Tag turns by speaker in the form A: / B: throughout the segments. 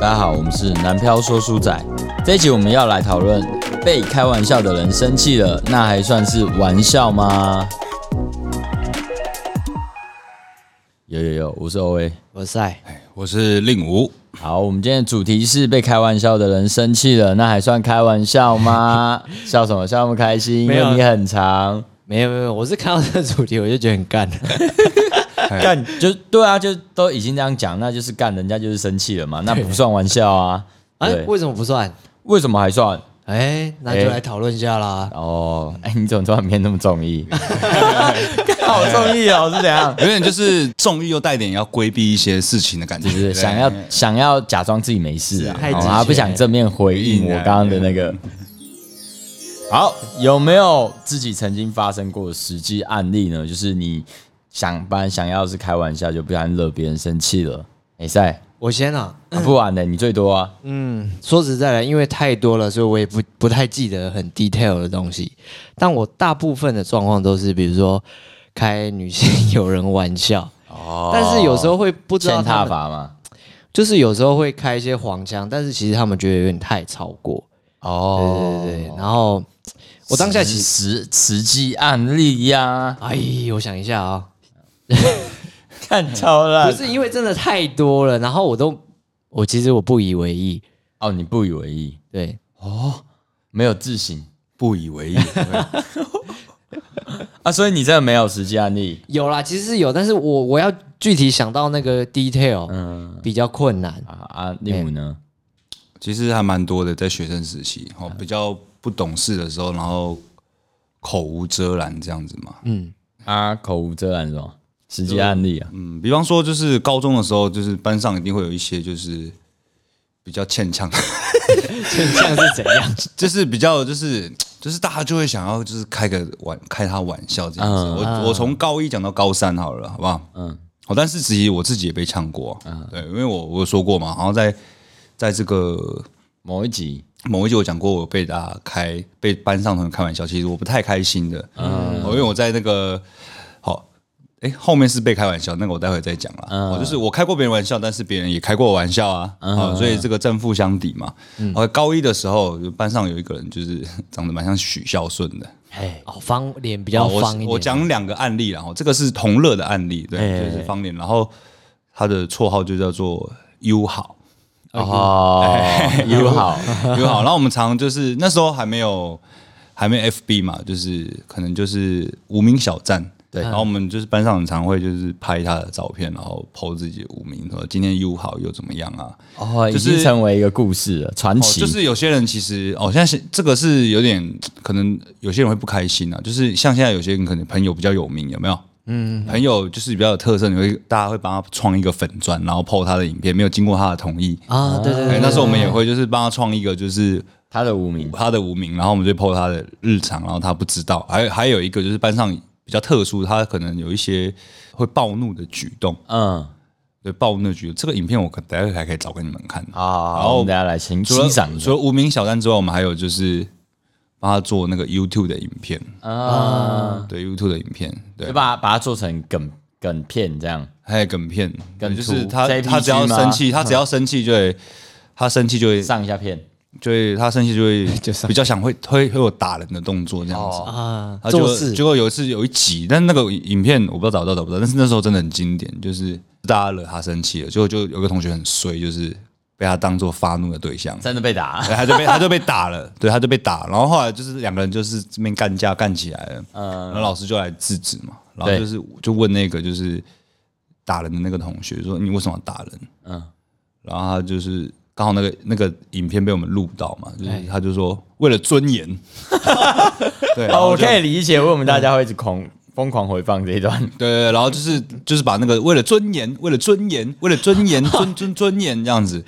A: 大家好，我们是南漂说书仔。这一集我们要来讨论被开玩笑的人生气了，那还算是玩笑吗？有有有，我是 O A。
B: 我在，
C: 我是令武，
A: 好，我们今天的主题是被开玩笑的人生气了，那还算开玩笑吗？ 笑什么笑那么开心？因
B: 没有啊
A: 为你很长，
B: 没有没有没有，我是看到这个主题我就觉得很 干，哎
A: 干就对啊，就都已经这样讲，那就是干人家就是生气了嘛，那不算玩笑 啊。
B: 哎、
A: 对，
B: 为什么不算？
A: 为什么还算？
B: 哎、那就来讨论一下啦。
A: 哦，哎，你怎么突然变那么中意？好中意哦，是怎样？
C: 有点就是重欲又带点要规避一些事情的感觉，
A: 就是
C: 对
A: 想要想要假装自己没事啊，
B: 太直
A: 哦
B: 觉
A: 他不想正面回应我刚刚的那个。好，有没有自己曾经发生过的实际案例呢？就是你想班想要是开玩笑，就不小心惹别人生气了。哎塞，
B: 我先啊，
A: 啊不玩的你最多啊，
B: 嗯，说实在的，因为太多了，所以我也不不太记得很 detail 的东西。但我大部分的状况都是，比如说开女性友人玩笑，
A: 哦
B: 但是有时候会不知道
A: 欠
B: 他
A: 踏
B: 们，
A: 法嘛。
B: 就是有时候会开一些黄腔，但是其实他们觉得有点太超过。
A: 哦，
B: 对对对，然后我当下其
A: 实
B: 实，
A: 实实际案例呀、
B: 哎，我想一下啊、
A: 看超
C: 呃
B: 不
A: 烂
B: 是因为真的太多了，然后我都我其实我不以为意，
A: 哦，你不以为意，
B: 对，
A: 没有自省
C: 不以为意，
A: 啊，所以你真的没有实际案例。
B: 有啦，其实是有，但是我我要具体想到那个 detail、
A: 嗯
B: 比较困难。
A: 啊啊，令武呢？
C: 其实还蛮多的，在学生时期，哦，比较不懂事的时候，然后口无遮拦这样子嘛，
A: 啊，口无遮拦是吗？实际案例啊，
C: 嗯，比方说就是高中的时候，就是班上一定会有一些就是比较欠呛，
B: 现象是怎 样？
C: 就是比较就是就是大家就会想要就是开个玩开他玩笑这样子，
A: 嗯
C: 我我从高一讲到高三好了，好不好？
A: 嗯，
C: 哦，但是其实我自己也被呛过、对，因为我我有说过嘛，然后在在这个
A: 某一集
C: 某一集我讲过，我被大家开被班上同学开玩笑，其实我不太开心的，嗯，因为我在那个好。哎，后面是被开玩笑，那个我待会再讲啦。
B: 嗯
C: 哦，就是我开过别人玩笑，但是别人也开过我玩笑啊，哦，所以这个正负相抵嘛。
B: 嗯
C: 哦，高一的时候，就班上有一个人就是 长得蛮像许孝顺的，
B: 哦，方脸比较
C: 哎哦我
B: 方一点。
C: 我讲两个案例啦，然后哦这个是同乐的案例，对，
A: 哎
C: 就是方脸，然后他的绰号就叫做优好，
A: 哦， 友好，
C: 优好。然后我们常常就是那时候还没有还没有 FB 嘛，就是可能就是无名小站。对，然后我们就是班上很常会就是拍他的照片，然后 PO 自己的无名，说今天优好又怎么样啊？
A: 哦，已
C: 就是
A: 经成为一个故事了，传
C: 哦，
A: 奇
C: 就。是有些人其实哦，现在是这个是有点可能有些人会不开心啊，就是像现在有些人可能朋友比较有名，有没有？嗯，朋友就是比较有特色，你会大家会帮他创一个粉砖，然后 PO 他的影片，没有经过他的同意。
B: 啊，对对
C: 哎
B: 对，
C: 那时候我们也会就是帮他创一个就是
A: 他的无名
C: 他的无名，然后我们就 PO 他的日常，然后他不知道。还有还有一个就是班上比较特殊，他可能有一些会暴怒的举动，
A: 嗯，
C: 对暴怒的举动。这个影片我可待会还可以找给你们看。
A: 好好，
C: 然后
A: 好，我们大家来欣
C: 除了
A: 欣赏一
C: 除
A: 下
C: 了无名小站之外，我们还有就是帮他做那个 YouTube 的影片，
A: 啊，
C: 对 YouTube 的影片，对
A: 就，把把它做成梗梗片这样。
C: 还有梗片，
A: 梗
C: 对就是
A: 图
C: 他
A: JPG
C: 他只要
A: 吗嗯
C: 生气，他只要生气就会，他生气就会
A: 上一下片，
C: 就会他生气就 会比较想会会会有打人的动作这样
A: 哦
C: 子。
B: 啊
C: 他
B: 做
C: 就
B: 事
C: 结果有一次有一集，但那个影片我不知道找得到找不到，但是那时候真的很经典，就是大家惹他生气了，结果就有个同学很衰，就是被他当做发怒的 对象，哎
A: 真的被打。
C: 对他就被他就被打了，对，他就被打，然后后来就是两个人就是这边干架干起来了，然后老师就来制止嘛，然后
A: 对
C: 就是就问那个就是打人的那个同学说你为什么要打人？
A: 嗯
C: 嗯，然后他就是刚好那个那个影片被我们录到嘛，就是他就说为了尊严，对，然
A: 哦，
C: 后
A: 我
C: 就
A: 可以理解为什么大家会一直狂疯狂回放这一段。
C: 对对，对然后就是就是把那个为了尊严，为了尊严，为了尊严，尊尊尊严这样子。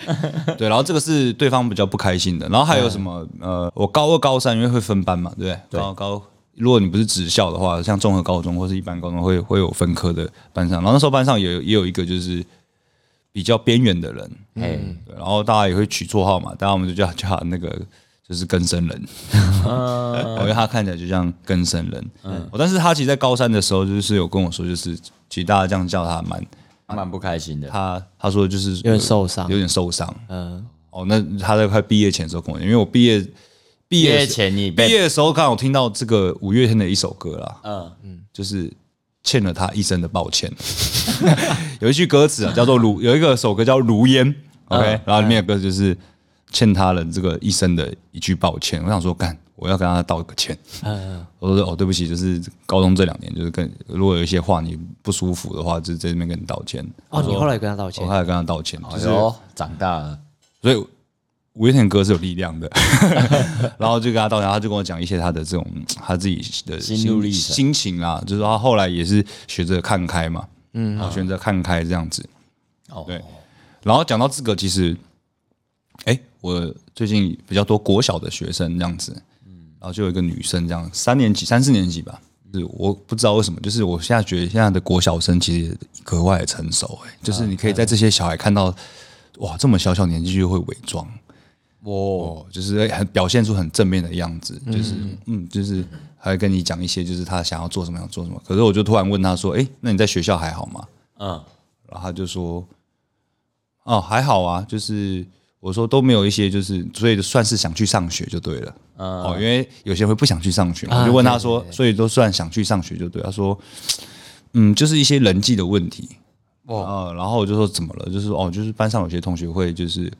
C: 对，然后这个是对方比较不开心的。然后还有什么？呃，我高二、高三因为会分班嘛，对不对？高高，如果你不是职校的话，像综合高中或是一般高中会会有分科的班上。然后那时候班上也有也有一个就是比较边缘的人，
A: 哎，
C: 对，然后大家也会取绰号嘛，大家我们就叫叫他那个就是更生人，因为他看起来就像更生人。嗯，但是他其实在高三的时候，就是有跟我说，就是其实大家这样叫他蛮
A: 蛮不开心的。
C: 他他说就是
B: 有点受伤
C: 有点受伤。
B: 嗯，
C: 哦，那他在快毕业前的时候跟我讲，因为我毕业毕
A: 毕
C: 业
A: 业
C: 的时
A: 前你
C: 毕
A: 被
C: 业的时候刚好听到这个五月天的一首歌啦，
A: 嗯，
C: 就是欠了他一生的抱歉。 有一句歌词啊，叫做“如”，有一个首歌叫《如烟》，OK，、然后里面有歌就是欠他了这个一生的一句抱歉。我想说，干，我要跟他道个歉。我说哦，对不起，就是高中这两年，就是跟如果有一些话你不舒服的话，就是在这边跟你道歉。
B: 哦，你后来跟他道歉
C: 我，还有跟他道歉，就
A: 哎
C: 是
A: 呦，长大了，
C: 所以五月天的歌是有力量的， 然后就跟他道歉，他就跟我讲一些他的这种嗯他自己的
A: 心
C: 心
A: 路历程
C: 心情啊，就是他后来也是学着看开嘛，嗯，啊，选择看开这样子，
A: 哦
C: 对，然后讲到这个，其实，哎，我最近比较多国小的学生这样子，
A: 嗯
C: 然后就有一个女生这样，三年级、三四年级吧，就是我不知道为什么，就是我现在觉得现在的国小生其实格外的成熟、哎，
A: 啊
C: 就是你可以在这些小孩看到，哇，这么小小年纪就会伪装，
A: 哇，
C: 哦，就是哎很表现出很正面的样子，就是嗯就是还会跟你讲一些就是他想要做什么想做什么，可是我就突然问他说，哎、那你在学校还好吗？
A: 嗯，
C: 然后他就说：“哦，还好啊，就是我说都没有一些，就是所以算是想去上学就对了。哦，因为有些人会不想去上学嘛，
B: 啊
C: 我就问他说，所以都算想去上学就对。他说，嗯，就是一些人际的问题。哦、然后我就说怎么了？就是哦，就是班上有些同学会就是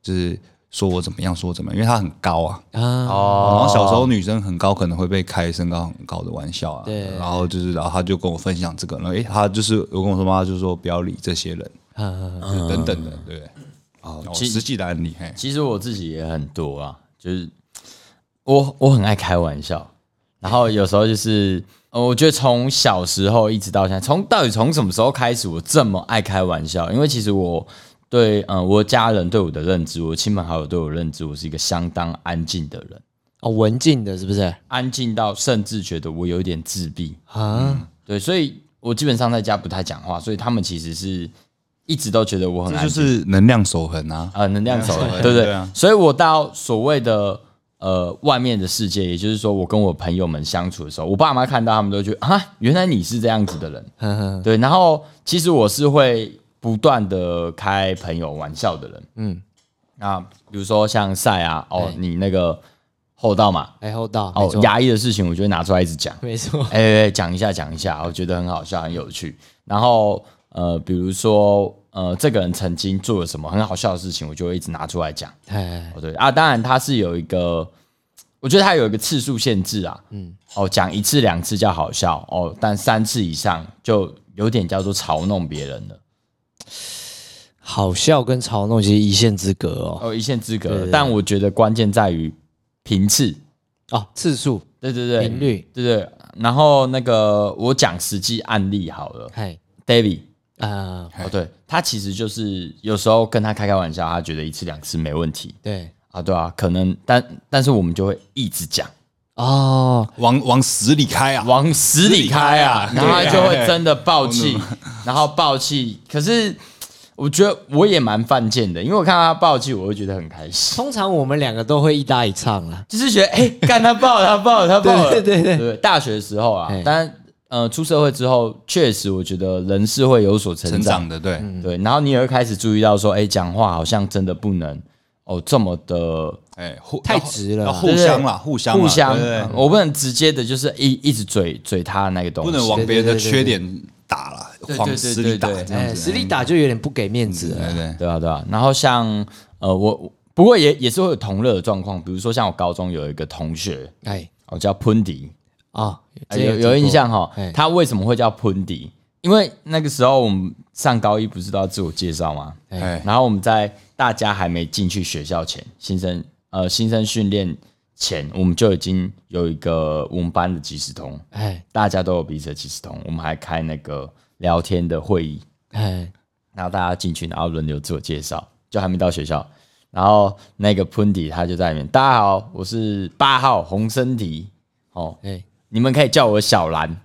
C: 就是说我怎么样，说我怎么样，因为他很高啊。
B: 啊，
A: 哦，
C: 然后小时候女生很高，可能会被开身高很高的玩笑啊。
B: 对
C: 然后就是，然后他就跟我分享这个，然后诶，他就是我跟我说妈，就是说不要理这些人，
B: 嗯
C: 就是等等的，对。哦，
A: 其
C: 实际的案例，嘿，
A: 其实我自己也很多啊，就是我我很爱开玩笑，然后有时候就是，呃我觉得从小时候一直到现在，从到底从什么时候开始我这么爱开玩笑？因为其实我对嗯、呃我家人对我的认知，我亲朋好友对我的认知，我是一个相当安静的人，
B: 哦，文静的是不是
A: 安静到甚至觉得我有一点自闭。
C: 嗯
B: 啊？
A: 对，所以我基本上在家不太讲话，所以他们其实是一直都觉得我很
C: 这
A: 安
C: 就
A: 静。
C: 是能量守恒啊。
A: 呃能量守
C: 能量守
A: 恒，
C: 恒
A: 对不对？
C: 对啊
A: 所以我到所谓的呃外面的世界，也就是说，我跟我朋友们相处的时候，我爸妈看到他们都觉得啊，原来你是这样子的人，
B: 呵呵
A: 对。然后其实我是会不断的开朋友玩笑的人，嗯
B: 嗯。
A: 那比如说像赛啊，哦
B: 哎，
A: 你那个厚道嘛，
B: 还厚道，哎没
A: 哦，
B: 错，
A: 压抑的事情，我就会拿出来一直讲。
B: 没错，
A: 哎哎，哎讲一下讲一下，我觉得很好笑，很有趣。然后呃，比如说呃，这个人曾经做了什么很好笑的事情，我就会一直拿出来讲。
B: 哎，
A: 哦，对啊，当然他是有一个，我觉得他有一个次数限制啊。嗯，哦，讲一次两次叫好笑哦，但三次以上就有点叫做嘲弄别人了，
B: 好笑跟嘲弄其实一线之隔哦，
A: 哦，一线之隔了。
B: 对对
A: 但我觉得关键在于频次，
B: 哦，次数
A: 对对对，
B: 频率，
A: 对对。然后那个我讲实际案例好了
B: 哎，
A: ，David。
B: 啊，
A: 哦，对他其实就是有时候跟他开开玩笑，他觉得一次两次没问题
B: 对，
A: 啊，对啊，可能但但是我们就会一直讲，
B: 哦，
C: 往往死里开啊！
A: 往死里开啊，
C: 死里
A: 然
C: 开啊
A: 后他就会真的暴气，
B: 啊
A: 然后暴气。可是我觉得我也蛮犯贱的，因为我看到他暴气，我会觉得很开心，
B: 通常我们两个都会一搭一唱啦，
A: 就是觉得哎，干他爆了，他爆了，他爆了，
B: 对对对
A: 对。大学的时候啊
B: 哎，
A: 当然呃，出社会之后，确实我觉得人是会有所
C: 成
A: 成长
C: 长的，对，
A: 对，然后你也会开始注意到说，哎，讲话好像真的不能哦这么的
C: 哎，互
B: 太
C: 要
B: 直了
C: 要
B: 啦
C: 互相啦，互相啦，啊
A: 互相，
C: 对对对
A: 嗯我不能直接的，就是一一直嘴嘴他的那个东西，
C: 不能往
B: 对
C: 别人的
B: 对对
C: 缺点打了，
A: 对
C: 往
A: 对
C: 死
A: 对
C: 里打
A: 对对
C: 这
B: 哎，嗯
C: 样子
B: 实，力打就有点不给面子
C: 对
B: 了，
C: 对，
A: 对啊对啊。然后像呃我我不过也也是会有同乐的状况，比如说像我高中有一个同学，
B: 哎，
A: 哦叫喷迪，
B: 啊，
A: 哎
B: 这
A: 有
B: 听过
A: 有印象哈
B: 哎，
A: 他为什么会叫喷迪？因为那个时候我们上高一不是都要自我介绍吗？
C: 哎，
A: 然后我们在大家还没进去学校前，新生呃新生训练前，我们就已经有一个我们班的即时通，
B: 哎
A: 大家都有彼此的即时通，我们还开那个聊天的会议，
B: 哎，
A: 然后大家进去，然后轮流自我介绍，就还没到学校。然后那个喷迪他就在里面，大家好，我是八号洪森迪，哦，
B: 哎，
A: 你们可以叫我小兰，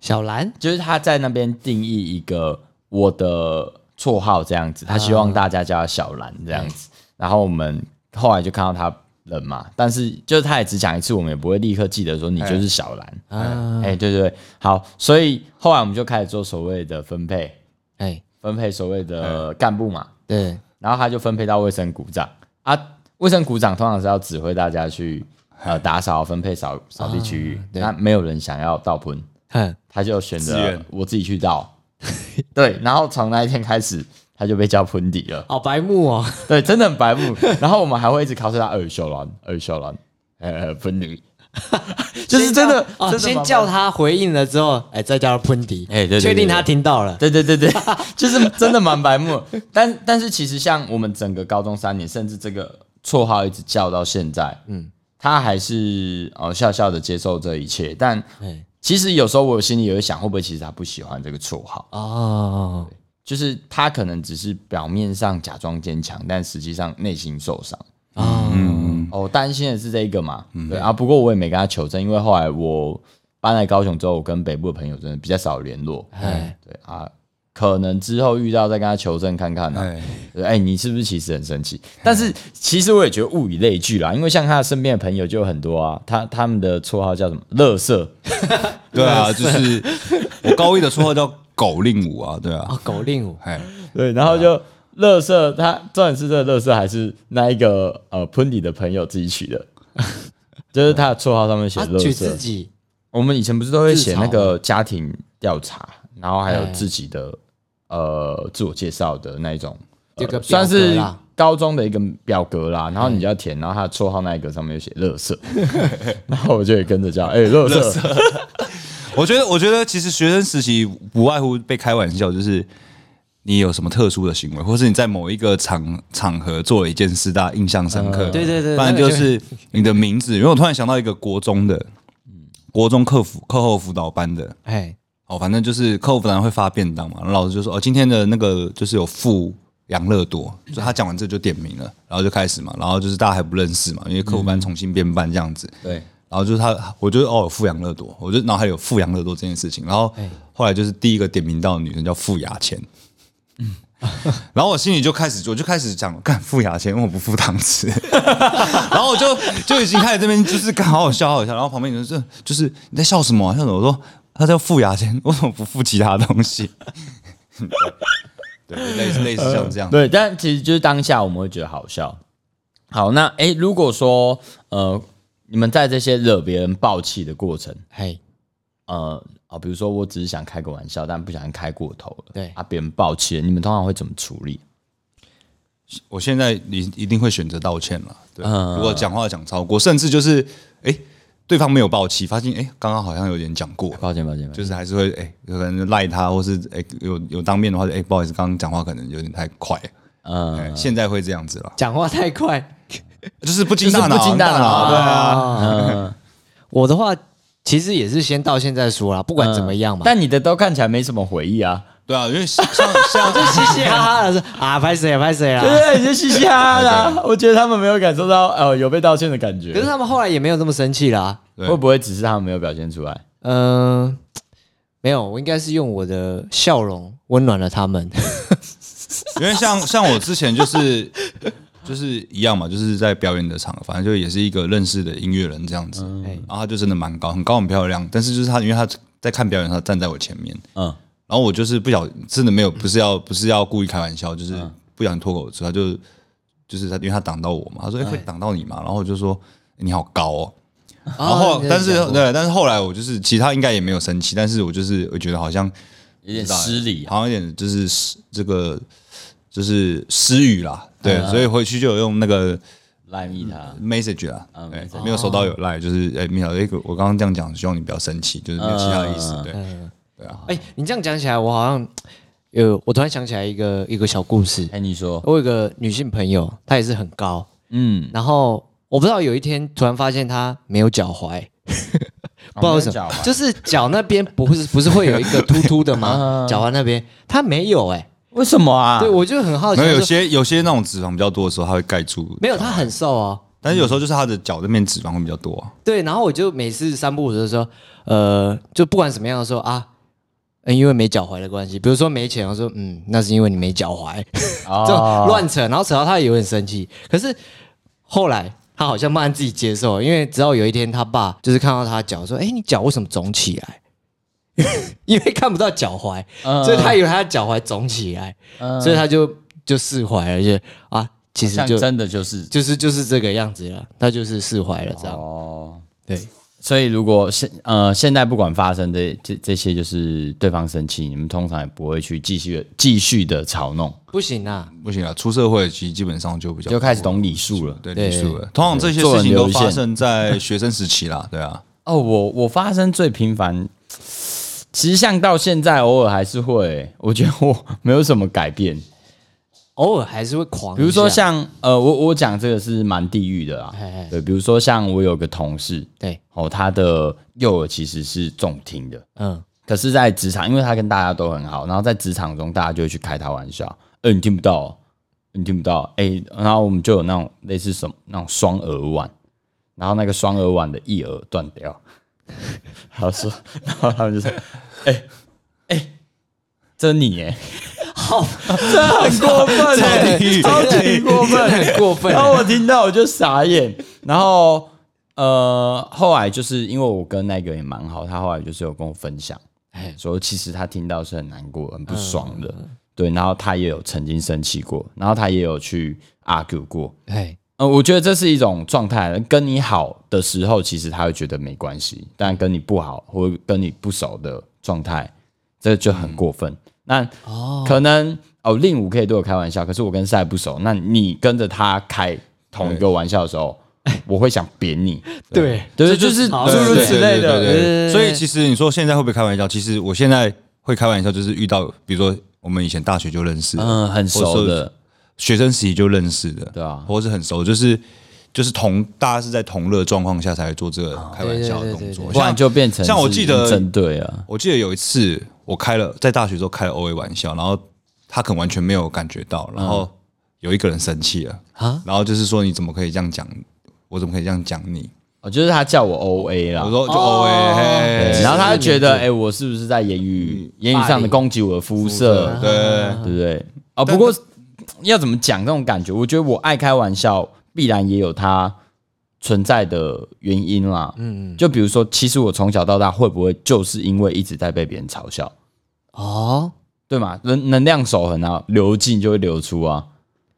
B: 小兰，
A: 就是他在那边定义一个我的绰号这样子，他希望大家叫他小兰这样子。然后我们后来就看到他人嘛，但是就是他也只讲一次，我们也不会立刻记得说你就是小兰。哎、
B: 啊，
A: 对对对，好，所以后来我们就开始做所谓的分配。
B: 哎，
A: 分配所谓的干部嘛，
B: 对，
A: 然后他就分配到卫生股长啊。卫生股长通常是要指挥大家去呃打扫、分配扫扫地区域，
B: 对
A: 那没有人想要倒喷，
B: 哼，
A: 他就选
C: 自
A: 择
C: 愿
A: 我自己去倒。 对，然后从那一天开始，他就被叫喷底了。
B: 好白目 哦，
A: 对，真的很白目。然后我们还会一直考试他二秀兰，二秀兰，呃，喷女， 就是真的
B: 先，叫哦，
A: 真的
B: 先
A: 蛮
B: 叫他回应了之后，哎，再叫他喷迪，
A: 哎对对对
B: 确定他听到了，
A: 对对对 对，就是真的蛮白目的。但但是其实像我们整个高中三年，甚至这个绰号一直叫到现在，嗯，他还是呃笑笑的接受这一切。但
B: 哎，
A: 其实有时候我心里也会想，会不会其实他不喜欢这个绰号？
B: 哦，
A: 就是他可能只是表面上假装坚强，但实际上内心受伤。
C: 嗯，
A: 哦，我担心的是这一个嘛，对啊。不过我也没跟他求证，因为后来我搬来高雄之后，我跟北部的朋友真的比较少联络。
B: 哎，
A: 对啊，可能之后遇到再跟他求证看看呢、啊。
C: 哎，
A: 对哎、你是不是其实很生气？但是其实我也觉得物以类聚啦，因为像他身边的朋友就有很多啊，他他们的绰号叫什么？乐色，
C: 对啊，就是我高一的绰号叫狗令武啊，对啊，
B: 哦，狗令舞，
C: 哎，
A: 对，然后
B: 啊
A: 就乐色，他重点是这个乐色还是那一个呃喷底的朋友自己取的， 就是他的绰号上面写
B: 他
A: 乐
B: 啊举
A: 色
B: 自。己，
A: 我们以前不是都会写
B: 自嘲
A: 那个家庭调查，然后还有
B: 哎
A: 自己的呃自我介绍的那一种，
B: 这个
A: 算
B: 表格
A: 是
B: 啦哎
A: 高中的一个表格啦。然后你就要填，然后他的绰号那一个上面就写“乐色”， 然后我就也跟着叫“哎、乐色
C: 我觉得，我觉得其实学生时期不外乎被开玩笑，就是你有什么特殊的行为，或是你在某一个场场合做了一件事，大家印象深刻。
B: 嗯对对对
C: 不然
B: 那
C: 就
B: 个就是嗯
C: 你的名字。因为我突然想到一个国中的，国中课辅课后辅导班的，
B: 哎，
C: 哦，反正就是课后辅导班会发便当嘛，然后老师就说哦，今天的那个就是有附养乐多，
B: 嗯
C: 就他讲完这就点名了，然后就开始嘛，然后就是大家还不认识嘛，因为课后
B: 嗯
C: 班重新编班这样子。”。
A: 对，
C: 然后就是他，我就是哦，有富养乐多，我就脑海里有富养乐多这件事情。然后后来就是第一个点名到的女生叫付雅钱，然后我心里就开始，我就开始讲，干付雅钱，因为我不付糖吃。 然后我就就已经开始这边就是干好好笑好好笑，然后旁边有人说就是你在笑什么、啊？笑什么？我说他叫付雅钱，为什么不付其他东西？ 对，就类似类似像这
A: 嗯
C: 样，
A: 对，但其实就是当下我们会觉得好笑。好，那哎、如果说呃，你们在这些惹别人爆气的过程，
B: 哎，
A: 呃啊，比如说我只是想开个玩笑，但不小心开过头了，
B: 对
A: 啊，别人爆气了，你们通常会怎么处理？
C: 我现在一一定会选择道歉了。对，
A: 嗯
C: 如果讲话讲超过，甚至就是哎、诶对方没有爆气，发现哎，诶刚、刚好像有点讲过，
A: 抱歉，抱歉，抱歉
C: 就是还是会哎、诶有可能赖他，或是哎、诶有有当面的话，哎、诶不好意思，刚刚讲话可能有点太快。
A: 嗯、
C: 诶现在会这样子了，
B: 讲话太快，
C: 就是不经大脑，
A: 就是不经大脑
C: 对啊，
B: 哦
A: 嗯，
B: 我的话其实也是先道歉再说啦，不管怎么样嘛。
A: 呃但你的都看起来没什么回忆啊，
C: 对啊，因为像像
B: 就 嘻嘻哈哈的说啊，拍谁啊，拍谁
A: 对
B: 啊。
A: 对，你就嘻嘻哈哈的啊、我觉得他们没有感受到呃有被道歉的感觉
B: 可是，他们后来也没有这么生气啦。
C: 对
A: 会不会只是他们没有表现出来？
B: 嗯、没有，我应该是用我的笑容温暖了他们。
C: 因为像像我之前就是就是一样嘛，就是在表演的场合，反正就也是一个认识的音乐人这样
A: 嗯
C: 子，
B: 哎
C: 然后他就真的蛮高，很高很漂亮，但是就是他因为他在看表演，他站在我前面，
A: 嗯，
C: 然后我就是不小，真的没有，不是要不是要故意开玩笑，就是
B: 嗯
C: 不小心脱口而出，他就就是他，因为他挡到我嘛，他说：“哎、会挡到你嘛？”然后我就说：“你好高哦。”然后
B: 哦
C: 后，但是
B: 你有讲过
C: 对，但是后来我就是，其实他应该也没有生气，但是我就是我觉得好像
A: 有点失礼啊，
C: 好像有点就是失这个就是失语啦，对，
B: 嗯
C: 所以回去就有用那个
A: 赖密他，
C: message 啦，啊
A: 啊
C: 对，没有收
B: 哦
C: 到有赖，就是哎，米小哎，我刚刚这样讲，希望你不要生气，就是没有其他的意思，
A: 嗯
C: 对，
B: 哎、你这样讲起来，我好像有，我突然想起来一个一个小故事。
A: 哎，你说，
B: 我有个女性朋友，她也是很高，
A: 嗯，
B: 然后我不知道有一天突然发现她没有脚踝，不知道为什
A: 哦没有脚
B: 么，
A: 踝
B: 就是脚那边不是不是会有一个突突 的吗？脚啊踝那边她没有哎、
A: 为什么嗯啊？
B: 对我就很好奇，
C: 没有有
B: 她说
C: 些有些那种脂肪比较多的时候，它会盖住，
B: 没有她很瘦哦。
C: 但是有时候就是他的脚那边脂肪会比较多、啊，
B: 对，然后我就每次散步的时候，呃，就不管怎么样的时候啊，嗯，因为没脚踝的关系，比如说没钱，我说嗯，那是因为你没脚 踝，
A: 哦
B: 就乱扯，然后扯到他也有点生气。可是后来他好像慢慢自己接受了，因为直到有一天他爸就是看到他脚说：“哎、你脚为什么肿起来？” 因为看不到脚踝，
A: 嗯
B: 所以他以为他的脚踝肿起来，所以他就就释怀了，就啊，其实
A: 像
B: 就
A: 嗯真的就是
B: 就是就是这个样子了，他就是释怀了这样。
A: 哦。
B: 对，
A: 所以如果现呃现在不管发生这这这些，就是对方生气，你们通常也不会去继续继续的吵弄，
B: 不行啊，
C: 不行啊，出社会其实基本上就比较
A: 就开始懂礼数了。
C: 对
B: 对
C: 礼数了。通常这些事情都发生在学生时期啦，对啊，
A: 哦，我我发生最频繁，其实像到现在偶尔还是会、我觉得我 没有什么改变。
B: 偶尔还是会狂一下。
A: 比如说像呃，我我讲这个是蛮地狱的啊
B: 嘿嘿，
A: 对，比如说像我有个同事，
B: 对，
A: 哦，他的右耳其实是重听的，
B: 嗯，
A: 可是，在职场，因为他跟大家都很好，然后在职场中，大家就会去开他玩笑，哎、你听不到哦、你听不到哦，哎、然后我们就有那种类似什么那种双耳碗，然后那个双耳碗的一耳断掉， 他说，然后他们就说，哎、哎、这你耶，好，这很过分
C: 超地
A: 耶，
C: 狱
A: 超级过分，
B: 很过分啊
A: 然后我听到我就傻眼，然后呃，后来就是因为我跟那个也蛮好，他后来就是有跟我分享
B: 哎，
A: 说其实他听到是很难过、很不爽的，对，然后他也有曾经生气过，然后他也有去 argue 过，
B: 哎，
A: 呃，我觉得这是一种状态，跟你好的时候，其实他会觉得没关系，但跟你不好或跟你不熟的状态，这就
C: 嗯
A: 很过分。那
B: 哦，
A: 可能哦，令武可以对我开玩笑，可是我跟赛不熟，那你跟着他开同一个玩笑的时候，
C: 哎
A: 我会想扁 你，
B: 对，
A: 对对，哦就是
B: 好
A: 诸如
C: 对
A: 此类
C: 对对对
A: 的。
C: 对所以其实你说现在会不会开玩笑？其实我现在会开玩笑，就是遇到比如说我们以前大学就认识，
A: 嗯，很熟
C: 或者
A: 的
C: 说，学生时期就认识的，对
A: 啊
C: 或是很熟，就是就是同大家是在同乐状况下才会做这个开玩笑的动
B: 对对对对
C: 作，
B: 对
A: 不然
C: 像
A: 就变成
C: 像我
A: 是
C: 记得
A: 针对啊，
C: 我记得有一次我开了在大学时候开了 O A 玩笑，然后他可能完全没有感觉到，然
A: 嗯
C: 后有一个人生气了
B: 啊
C: 然后就是说你怎么可以这样讲，我怎么可以这样讲你？
A: 哦，就是他叫我 O A 啦
C: 我，说就 O A，
A: 对
C: 嘿
A: 然后他就觉得，
B: 是
A: 哎，我是不是在言语言语上的攻击我的肤色？
C: 对
A: 对不对？哦，不过要怎么讲这种感觉？我觉得我爱开玩笑，必然也有它存在的原因啦。嗯，就比如说，其实我从小到大会不会就是因为一直在被别人嘲笑，
B: 哦，
A: 对吗？能能量守恒啊，流进就会流出啊。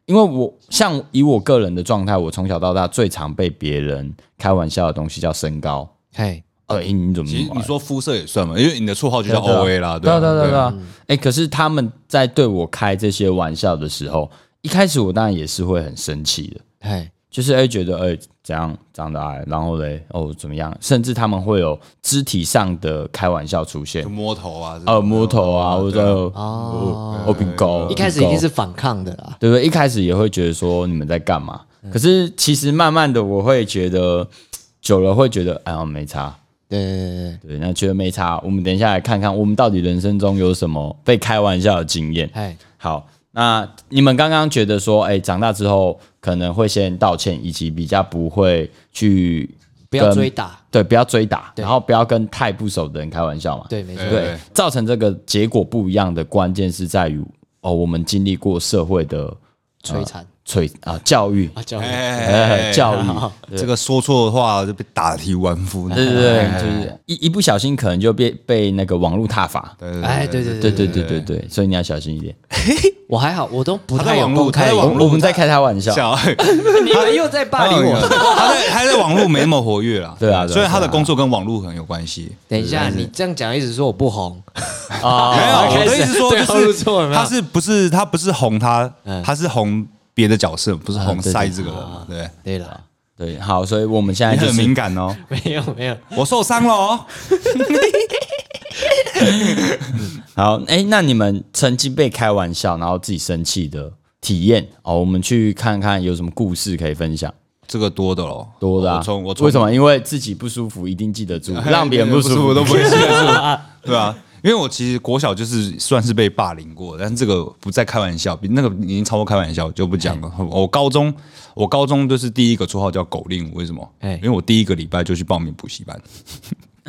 A: 因为我像以我个人的状态，我从小到大最常被别人开玩笑的东西叫身高。
B: 嘿，
A: 哎、你怎么那么
C: 其
A: 矮
C: 实你说肤色也算嘛，因为你的绰号就叫 O A 啦，
A: 对啊对啊
C: 吧
A: 对啊对
C: 对
A: 啊。哎、可是他们在对我开这些玩笑的时候，一开始我当然也是会很生气的，
B: 嘿，
A: 就是哎、觉得哎、怎样长得矮，然后嘞哦怎么样，甚至他们会有肢体上的开玩笑出现
C: 就，摸头啊，这种
A: 呃摸头啊，或者
B: 哦
A: 哦哦饼高，
B: 一开始一定是反抗的啦，
A: 对不对？一开始也会觉得说你们在干嘛，
B: 嗯
A: 可是其实慢慢的我会觉得久了会觉得哎呀没差，
B: 对对对
A: 对，
B: 对，
A: 那觉得没差。我们等一下来看看，我们到底人生中有什么被开玩笑的经验。
B: 嘿，
A: 好，那你们刚刚觉得说，哎、长大之后可能会先道歉，以及比较不会去
B: 不要
A: 跟
B: 追打，
A: 对，不要追打，然后不要跟太不熟的人开玩笑嘛。
B: 对，没错
C: 对，
A: 对，造成这个结果不一样的关键是在于，哦，我们经历过社会的
B: 摧残
A: 摧啊、教育，
B: 啊，叫
C: 哎
A: 呃， 教 育。
C: 这个说错的话就被打体无完肤，
A: 对对对，
B: 哎
A: 就是一一不小心可能就被被那个网络踏伐，
C: 对对
B: 哎，对对
A: 对对
B: 对
A: 对对对，所以你要小心一点。
B: 我还好，我都不
C: 他
B: 太
C: 在
B: 有
C: 网络
B: 公开
C: 他在哎网
B: 言
C: 络
A: 我们在开他玩笑，
C: 笑。
B: 论，你们又在霸凌我。
C: 他在他在网络没那么活跃啦，
A: 对啊对啊
C: 所以他
A: 对
C: 的
A: 啊
C: 工作跟网络很有关系。
B: 等一下，你这样讲一直说我不红，
A: 啊
C: 没
B: 好
C: 有，我
B: 开
C: 的
B: 始
C: 意思说
B: 对号
C: 就
B: 入
C: 是
B: 座了没有
C: 他是不是他不是红他
B: 嗯，
C: 他是红别的角色，不是红
A: 啊对
C: 赛
A: 对
C: 这个人嘛，对。
B: 对了，
A: 对，好，所以我们现在
C: 你
A: 就
C: 很
A: 是
C: 敏感哦，
B: 没有没有，
C: 我受伤了哦。
A: 好，哎、那你们曾经被开玩笑，然后自己生气的体验哦，我们去看看有什么故事可以分享。
C: 这个多的喽，
A: 多的、啊，
C: 哦我从我从
A: 为什么？因为自己不舒服，一定记得 住， 让别人不舒服
C: 都不会记得住，对啊，因为我其实国小就是算是被霸凌过，但是这个不再开玩笑，比那个已经超过开玩笑就不讲了。我高中我高中就是第一个绰号叫狗令，为什么？
B: 哎
C: 因为我第一个礼拜就去报名补习班，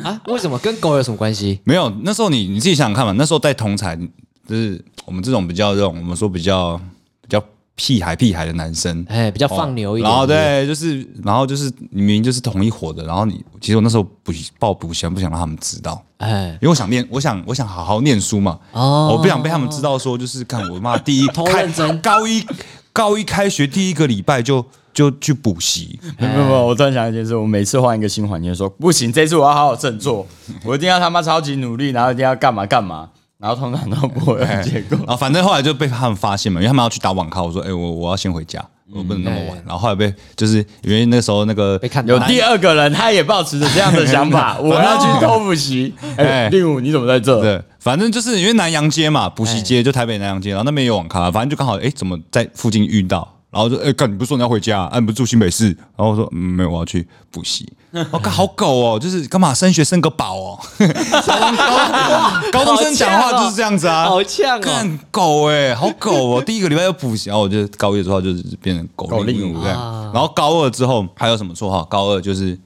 B: 啊？为什么跟狗有什么关系？
C: 没有那时候你你自己想想看嘛，那时候在同才就是我们这种比较这种我们说比较比较屁孩屁孩的男生，
B: 哎，比较放牛一点。
C: 然后
B: 对
C: 对，就是然后就是你明明就是同一伙的，然后你其实我那时候补报补习班不想让他们知道，
B: 不对，哎，
C: 因为我想念，我想我想好好念书嘛，
B: 哦
C: 我不想被他们知道说就是看我妈第一
B: 偷
C: 开
B: 认真
C: 高一高一开学第一个礼拜就就去补习，
A: 没有没有没有，我突然想到一件事，我每次换一个新环境，说不行，这次我要好好振 作，我一定要他妈超级努力，然后一定要干嘛干嘛，然后通常都不会有结 果。
C: 然后反正后来就被他们发现嘛，因为他们要去打网咖，我说哎、我我要先回家，我不能那么晚，然后后来被就是因为那时候那个
B: 嗯被看到
A: 有第二个人，他也抱持着这样的想 法，我要去偷补习。哎，
C: 哎
A: 令武，你怎么在这？
C: 对，反正就是因为南洋街嘛，补习街就台北南洋街，然后那边也有网咖，反正就刚好哎、怎么在附近遇到，然后就哎，干、你不是说你要回家、啊，哎、你不是住新北市？然后我说、嗯、没有，我要去补习。我干、好狗哦，就是干嘛升学升个宝哦，高中高高中生讲话就是这样子啊，
B: 好呛哦
C: 干狗哎、好狗哦，第一个礼拜要补习，然后我就高一之后就是变成狗
A: 狗令
C: 令
A: 武
C: 武这样，然后高二之后还有什么绰号？高二就是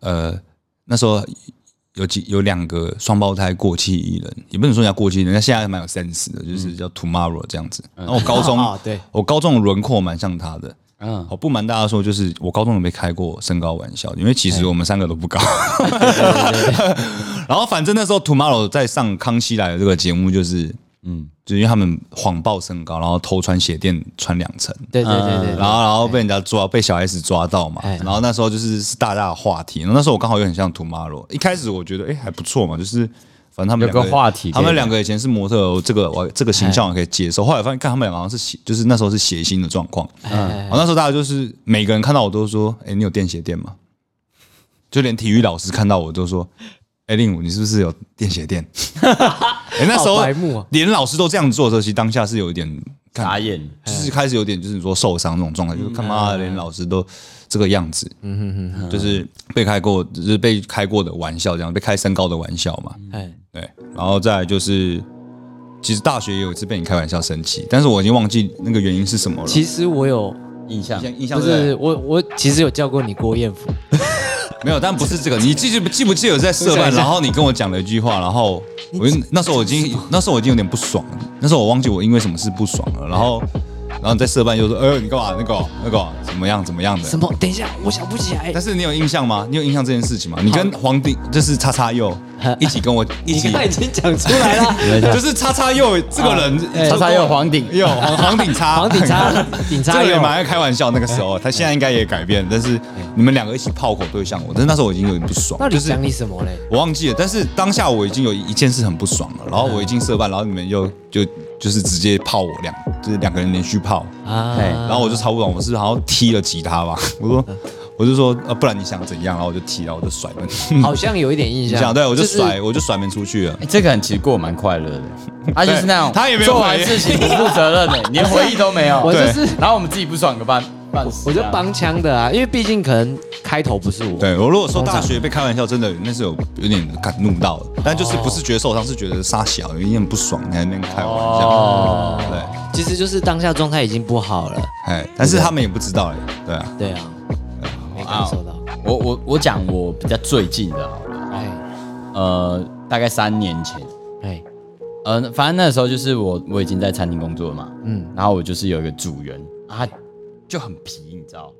C: 呃那时候有几有两个双胞胎过气艺人，也不能说人家过气艺人，人家现在蛮有 sense 的，就是叫 Tomorrow 这样子。然后我高 中，
B: 哦对
C: 我高中的轮廓蛮像他的。
A: 嗯
C: 嗯，我不瞒大家说，就是我高中有被开过身高玩笑，因为其实我们三个都不高。 然后反正那时候 Tomorrow 在上《康熙来了》这个节目，就是嗯，就因为他们谎报身高，然后偷穿鞋垫穿两层，
B: 对对对
C: 嗯然
B: 对，
C: 后然后被人家抓，被小 S 抓到嘛。
B: 哎
C: 然后那时候就是是大大的话题。然后那时候我刚好又很像 Tomorrow，一开始我觉得哎、还不错嘛，就是反正他们
A: 有个
C: 两
A: 话题可以
C: 他们两个以前是模特儿，这个我这个形象我可以接
B: 哎
C: 受。后来发现看他们两个好像是谐，就是那时候是谐星的状况。然后那时候大家就是每个人看到我都说，哎、你有垫鞋垫吗？就连体育老师看到我都说。哎，令武，你是不是有垫鞋 垫？哎、那时候
B: 好白目啊
C: 连老师都这样做的时候，其实当下是有一点看
A: 傻眼，
C: 就是开始有点就是你说受伤那种状态，就是
B: 嗯
C: 他妈的连老师都这个样子，嗯哼哼，就是被开过，就是被开过的玩笑，这样被开身高的玩笑嘛，
B: 哎，
C: 对，然后再来就是，其实大学也有一次被你开玩笑生气，但是我已经忘记那个原因是什么了，
B: 其实我有，
A: 印象
C: 印象印象
B: 不
C: 对不
B: 是我我其实有叫过你郭彦甫，
C: 对没有，但不是这个，你记不记不记得在社
B: 我想
C: 办，
B: 一下
C: 然后你跟我讲了一句话，然后我就那时候我已经那时候我已经有点不爽了，那时候我忘记我因为什么事不爽了，然后然后你在社办又说，哎呦你干嘛那个哦那个哦怎么样怎么样的
B: 什。么？等一下，我想不起来
C: 但。是你有印象吗？你有印象这件事情吗？你跟黄帝就是叉叉佑一起跟我一
B: 你
C: 起
B: 刚，才已经讲出来了，
C: 就是叉叉佑这个人，
B: 哎
A: 他
C: 叉
A: 才有黄顶，
C: 佑黄黄顶叉，
B: 黄顶差，顶
C: 这
B: 差
C: 个也
B: 有
C: 蛮爱开玩笑。那个时
B: 哎
C: 候他现在应该也改变，但是你们两个一起炮火对象我，但是那时候我已经有点不爽
B: 到，底
C: 就是
B: 讲你什么嘞？
C: 我忘记了，但是当下我已经有一件事很不爽了，然后我已经射办，然后你们又就就是直接炮我两，就是两个人连续炮，
B: 啊
A: 哎，
C: 然后我就超不懂，我是好像踢了吉他吧，我说我就说呃不然你想怎样，然后我就踢，然后我就甩门。
B: 好像有一点印
C: 你
B: 象。
C: 想 对我就是甩，我就甩门出去了。
A: 哎，这个人其实过得蛮快 乐的，他就是那种
C: 对他也没有
A: 做完
C: 回忆
A: 事情不负责任 的，连回忆都没有。
B: 我就
C: 对
B: 是
A: 然后我们自己不爽个半半死，
B: 我就帮腔的啊，因为毕竟可能开头不是我。
C: 对我如果说大学被开玩笑，真的那是有有点感怒到的，但就是不是觉得受伤，是觉得杀小有一点不爽，你还在那边开玩笑。
A: 哦
C: 对，
B: 其实就是当下状态已经不好了。
C: 哎，但是他们也不知道哎，对啊，
B: 对啊，没感受到。
A: 我我我讲我比较最近的好了，
B: 哎
A: 呃，大概三年前，
B: 哎
A: 呃，反正那时候就是我我已经在餐厅工作了嘛，
B: 嗯
A: 然后我就是有一个组员，啊他就很皮，你知道，